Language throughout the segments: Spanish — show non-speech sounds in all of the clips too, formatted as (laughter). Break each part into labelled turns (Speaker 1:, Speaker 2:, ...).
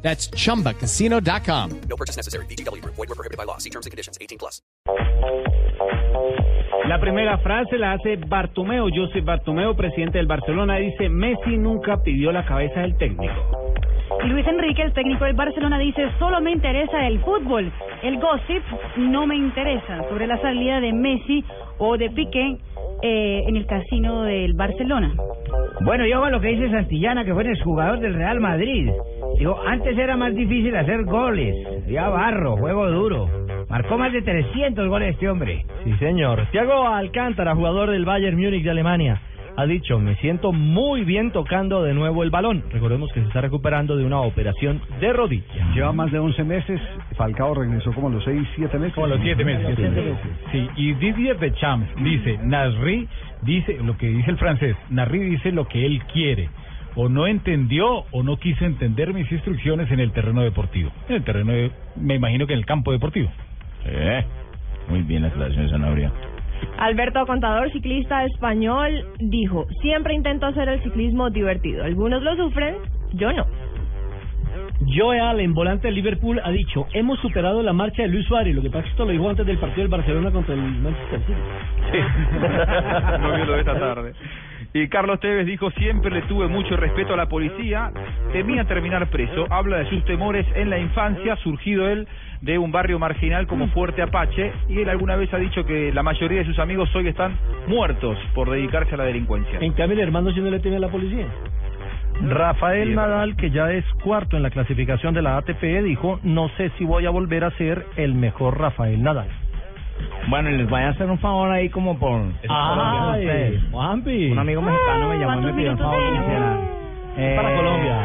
Speaker 1: That's chumbacasino.com.
Speaker 2: No purchase necessary. BGW. Void were prohibited by law. See terms and conditions. 18 plus.
Speaker 3: La primera frase la hace Bartomeu, Josep Bartomeu, presidente del Barcelona, dice, Messi nunca pidió la cabeza del técnico.
Speaker 4: Luis Enrique, el técnico del Barcelona, dice, solo me interesa el fútbol, el gossip no me interesa sobre la salida de Messi o de Piqué eh, en el casino del Barcelona.
Speaker 5: Bueno, yo hago lo que dice Santillana, que fue el jugador del Real Madrid. Digo, antes era más difícil hacer goles. Ya barro, juego duro. Marcó más de 300 goles este hombre.
Speaker 6: Sí, señor. Thiago Alcántara, jugador del Bayern Múnich de Alemania, ha dicho, me siento muy bien tocando de nuevo el balón. Recordemos que se está recuperando de una operación de rodilla.
Speaker 7: Lleva más de 11 meses. Falcao regresó como a los 6, 7 meses.
Speaker 8: Como los siete meses. Sí, y Didier Deschamps dice, Nasri dice lo que dice el francés, Nasri dice lo que él quiere. O no entendió o no quiso entender mis instrucciones en el terreno deportivo. En el terreno, de- me imagino que en el campo deportivo.
Speaker 6: Eh, muy bien la aclaración de Sanabria.
Speaker 9: Alberto Contador, ciclista español, dijo, siempre intento hacer el ciclismo divertido. Algunos lo sufren, yo no.
Speaker 6: Joe Allen, volante de Liverpool, ha dicho, hemos superado la marcha de Luis Suárez. Lo que pasa es que esto lo dijo antes del partido del Barcelona contra el Manchester City.
Speaker 10: (laughs) no vio lo de esta tarde. Y Carlos Tevez dijo, siempre le tuve mucho respeto a la policía, temía terminar preso, habla de sus temores en la infancia, surgido él de un barrio marginal como Fuerte Apache, y él alguna vez ha dicho que la mayoría de sus amigos hoy están muertos por dedicarse a la delincuencia.
Speaker 6: En cambio, el hermano sí no le teme a la policía. Rafael Nadal, que ya es cuarto en la clasificación de la ATP, dijo, no sé si voy a volver a ser el mejor Rafael Nadal.
Speaker 5: Bueno, les voy a hacer un favor ahí como por...
Speaker 6: Ay, Juanpi.
Speaker 5: Un amigo mexicano me llamó y eh, me
Speaker 4: ¿Cuántos
Speaker 5: pidió el favor que
Speaker 4: minutos
Speaker 5: hiciera.
Speaker 6: Es para Colombia.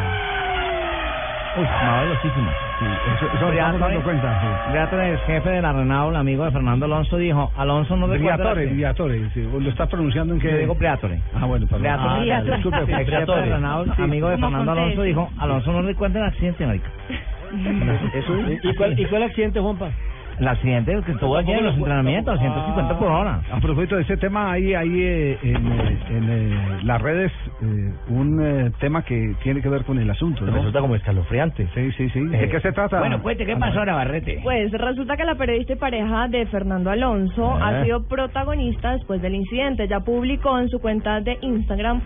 Speaker 5: Uy, no, velocísimo.
Speaker 7: Eso, eso me estamos dando cuenta. sí.
Speaker 5: el jefe de la Renault, amigo de Fernando Alonso, dijo, Alonso no recuerda...
Speaker 7: Briatore, Briatore, sí. ¿Lo estás pronunciando en qué?
Speaker 5: Yo digo Preatore.
Speaker 7: Ah, bueno, perdón.
Speaker 5: Preatore,
Speaker 7: Ah,
Speaker 5: Preatore.
Speaker 7: disculpe,
Speaker 5: El
Speaker 7: fue
Speaker 5: jefe de
Speaker 7: Briatore.
Speaker 5: Renault, amigo de
Speaker 4: Como
Speaker 5: Fernando Alonso,
Speaker 4: acontece.
Speaker 5: dijo, Alonso no recuerda el accidente, marica.
Speaker 7: (laughs) Eso es.
Speaker 6: ¿Y cuál, ¿Y cuál accidente, Juanpa?
Speaker 5: El accidente que tuvo ayer en los entrenamientos, 150 por hora.
Speaker 7: Ah, A propósito de ese tema, hay, hay eh, en, eh, en, eh, las redes eh, un eh, tema que tiene que ver con el asunto, ¿no?
Speaker 6: Resulta como escalofriante.
Speaker 7: Sí, sí, sí. ¿De qué se trata?
Speaker 5: Eh,
Speaker 7: Ah,
Speaker 5: Bueno, cuente, ¿qué pasó ahora, Barrete?
Speaker 9: Pues resulta que la periodista y pareja de Fernando Alonso
Speaker 7: Eh.
Speaker 9: ha sido protagonista después del incidente. Ya publicó en su cuenta de Instagram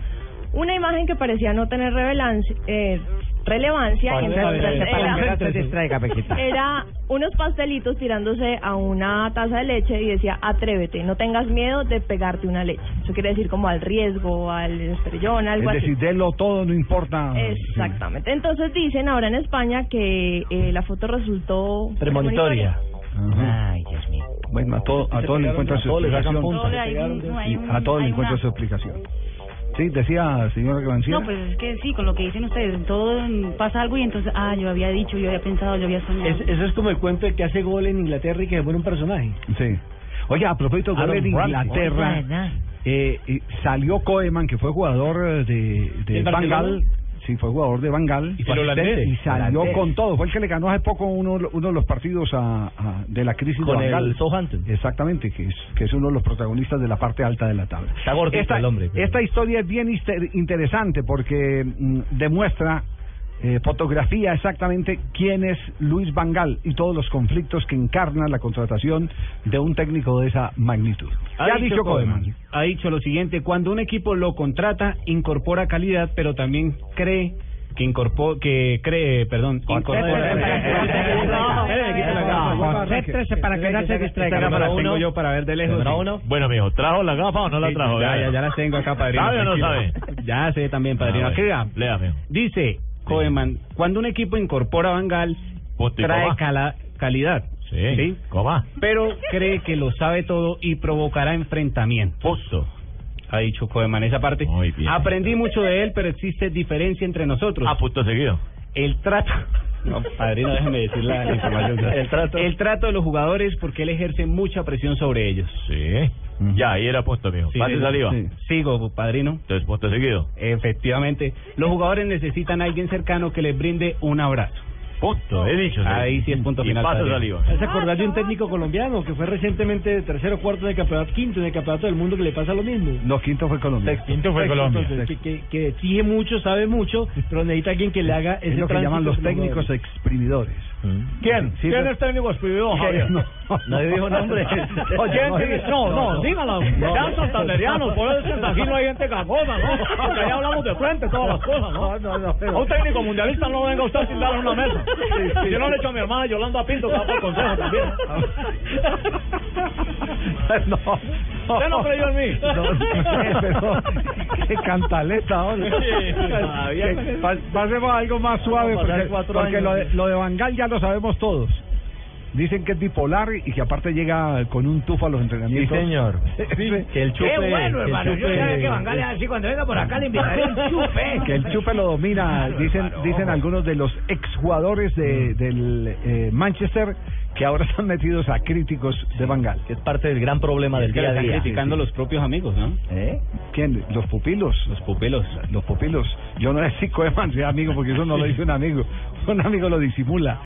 Speaker 9: una imagen que parecía no tener relevancia, eh, relevancia
Speaker 6: Vale,
Speaker 9: entonces
Speaker 6: vale, vale.
Speaker 9: era-
Speaker 6: Vale,
Speaker 5: No te distraiga, Pequita.
Speaker 9: (laughs) era unos pastelitos tirándose a una taza de leche y decía, atrévete, no tengas miedo de pegarte una leche. Eso quiere decir como al riesgo, al estrellón, algo
Speaker 7: Es
Speaker 9: así.
Speaker 7: decir, denlo todo, no importa.
Speaker 9: Exactamente. Entonces dicen ahora en España que eh, la foto resultó
Speaker 6: Premonitoria.
Speaker 7: Ajá.
Speaker 5: Ay, Dios mío.
Speaker 7: Bueno, a, todo, a todos le encuentran su
Speaker 6: todos les sacan
Speaker 7: explicación.
Speaker 6: punta.
Speaker 4: Todo le hay un- hay un-
Speaker 7: A todos le
Speaker 4: hay
Speaker 7: encuentran
Speaker 4: una-
Speaker 7: su explicación. Sí, decía señora Granciera.
Speaker 4: No, pues es que sí, con lo que dicen ustedes, en todo mm, pasa algo y entonces, ah, yo había dicho, yo había pensado, yo había soñado.
Speaker 6: Es- eso es como el cuento de que hace gol en Inglaterra y que se muere un personaje.
Speaker 7: Sí. Oye, a propósito de
Speaker 6: Aaron
Speaker 7: goles de
Speaker 6: Ramsey.
Speaker 7: Inglaterra, eh, eh, salió Coeman, que fue jugador eh, de, de
Speaker 6: ¿Del
Speaker 7: Bangal.
Speaker 6: Barcelona?
Speaker 7: Sí, fue jugador de Bangal.
Speaker 6: Y fue El holandés.
Speaker 7: Y salió
Speaker 5: Holandés.
Speaker 7: con todo. Fue el que le ganó hace poco uno, uno de los partidos a- a- de la crisis
Speaker 6: Con
Speaker 7: de Bangal.
Speaker 6: el Southampton.
Speaker 7: Exactamente, que es, que es uno de los protagonistas de la parte alta de la tabla.
Speaker 6: Está gordito
Speaker 7: esta,
Speaker 6: el hombre, pero-
Speaker 7: Esta historia es bien inter- interesante porque mm, demuestra, eh, fotografía exactamente quién es Luis Vangal y todos los conflictos que encarna la contratación de un técnico de esa magnitud. Ya ha dicho Codeman.
Speaker 3: Ha dicho lo siguiente, cuando un equipo lo contrata, incorpora calidad, pero también cree que incorpora, que cree, perdón, incorpora...
Speaker 5: Concéntrese para que no se distraiga.
Speaker 3: Esta cámara tengo yo para ver de lejos. sí.
Speaker 6: Bueno, mijo, ¿trajo la gafa o no
Speaker 3: Sí, Ya, ya, ya las tengo acá, padrino.
Speaker 6: ¿Sabe Ah, o no
Speaker 3: tranquilo. (laughs) Ya sé también, padrino.
Speaker 5: Ah,
Speaker 3: Aquí vea. Dice Coeman, cuando un equipo incorpora a Bangal,
Speaker 6: Punto y
Speaker 3: trae
Speaker 6: coma.
Speaker 3: cala- calidad.
Speaker 6: coma.
Speaker 3: Pero cree que lo sabe todo y provocará enfrentamientos. Ha dicho Coeman esa parte.
Speaker 6: Muy bien. Ah,
Speaker 3: Aprendí mucho de él, pero existe diferencia entre nosotros.
Speaker 6: punto seguido.
Speaker 3: El trato
Speaker 6: Padrino, déjeme decir la, información. El trato.
Speaker 3: El trato de los jugadores porque él ejerce mucha presión sobre ellos.
Speaker 6: Sí. Ya, ahí era puesto, mijo.
Speaker 3: Sí,
Speaker 6: Pase
Speaker 3: sí,
Speaker 6: saliva.
Speaker 3: sí. Sigo, padrino.
Speaker 6: Entonces, puesto seguido.
Speaker 3: Efectivamente. Los jugadores necesitan a alguien cercano que les brinde un abrazo.
Speaker 6: Punto, he dicho. sí.
Speaker 3: Ahí sí es punto final,
Speaker 6: Y pasa
Speaker 3: padrino.
Speaker 6: saliva.
Speaker 9: ¿Se acordar de un técnico
Speaker 6: colombiano que fue recientemente tercero cuarto en el campeonato, quinto en el campeonato del mundo que le pasa lo mismo.
Speaker 7: No, quinto fue Colombia.
Speaker 8: Quinto fue Colombia.
Speaker 6: que, que, que exige mucho, sabe mucho, pero necesita alguien que le haga ese
Speaker 7: Es lo que
Speaker 6: tránsito
Speaker 7: llaman los
Speaker 6: entre
Speaker 7: técnicos
Speaker 6: jugadores.
Speaker 7: exprimidores.
Speaker 6: ¿Quién?
Speaker 7: Sí,
Speaker 6: ¿Quién
Speaker 7: pero-
Speaker 6: es técnico exprimidor, Javier?
Speaker 7: (laughs) No,
Speaker 6: Nadie dijo nombre. (laughs) Oye, no, no, díganlo. Sean santanderianos, por eso es que aquí no hay gente cagona, ¿no? Porque ahí hablamos de frente todas las cosas, ¿no?
Speaker 7: no, no, pero-
Speaker 6: A un técnico mundialista no venga usted sin darle una mesa. Yo no le he hecho a mi hermana Yolanda Pinto, que va por consejo también.
Speaker 7: no.
Speaker 6: Usted no creyó en mí.
Speaker 7: No, pero
Speaker 6: (laughs)
Speaker 7: qué cantaleta ahora.
Speaker 6: Sí, todavía.
Speaker 7: Que pas- pasemos a algo más suave
Speaker 6: Vamos a pasar
Speaker 7: porque,
Speaker 6: cuatro
Speaker 7: porque
Speaker 6: años.
Speaker 7: lo, de, lo de Bangal ya lo sabemos todos. Dicen que es bipolar y que aparte llega con un tufo a los entrenamientos.
Speaker 5: (laughs)
Speaker 6: Que el
Speaker 5: Qué bueno, hermano. Yo sabía que Bangal es así. Cuando venga por acá le invitaré
Speaker 7: (laughs)
Speaker 6: (laughs)
Speaker 5: un chupe.
Speaker 7: Que el chupe lo domina, dicen dicen algunos de los exjugadores de,
Speaker 3: Mm.
Speaker 7: del eh, Manchester que ahora están metidos a críticos de Bangal.
Speaker 6: Es parte del gran problema del
Speaker 3: Que le
Speaker 6: día a
Speaker 3: están
Speaker 6: día.
Speaker 3: criticando los propios amigos, ¿no?
Speaker 7: ¿Eh? ¿Quién? ¿Los pupilos?
Speaker 3: Los pupilos.
Speaker 7: Los pupilos. Yo no es psicoeman, sea amigo, porque eso no lo dice un amigo. Un amigo lo disimula.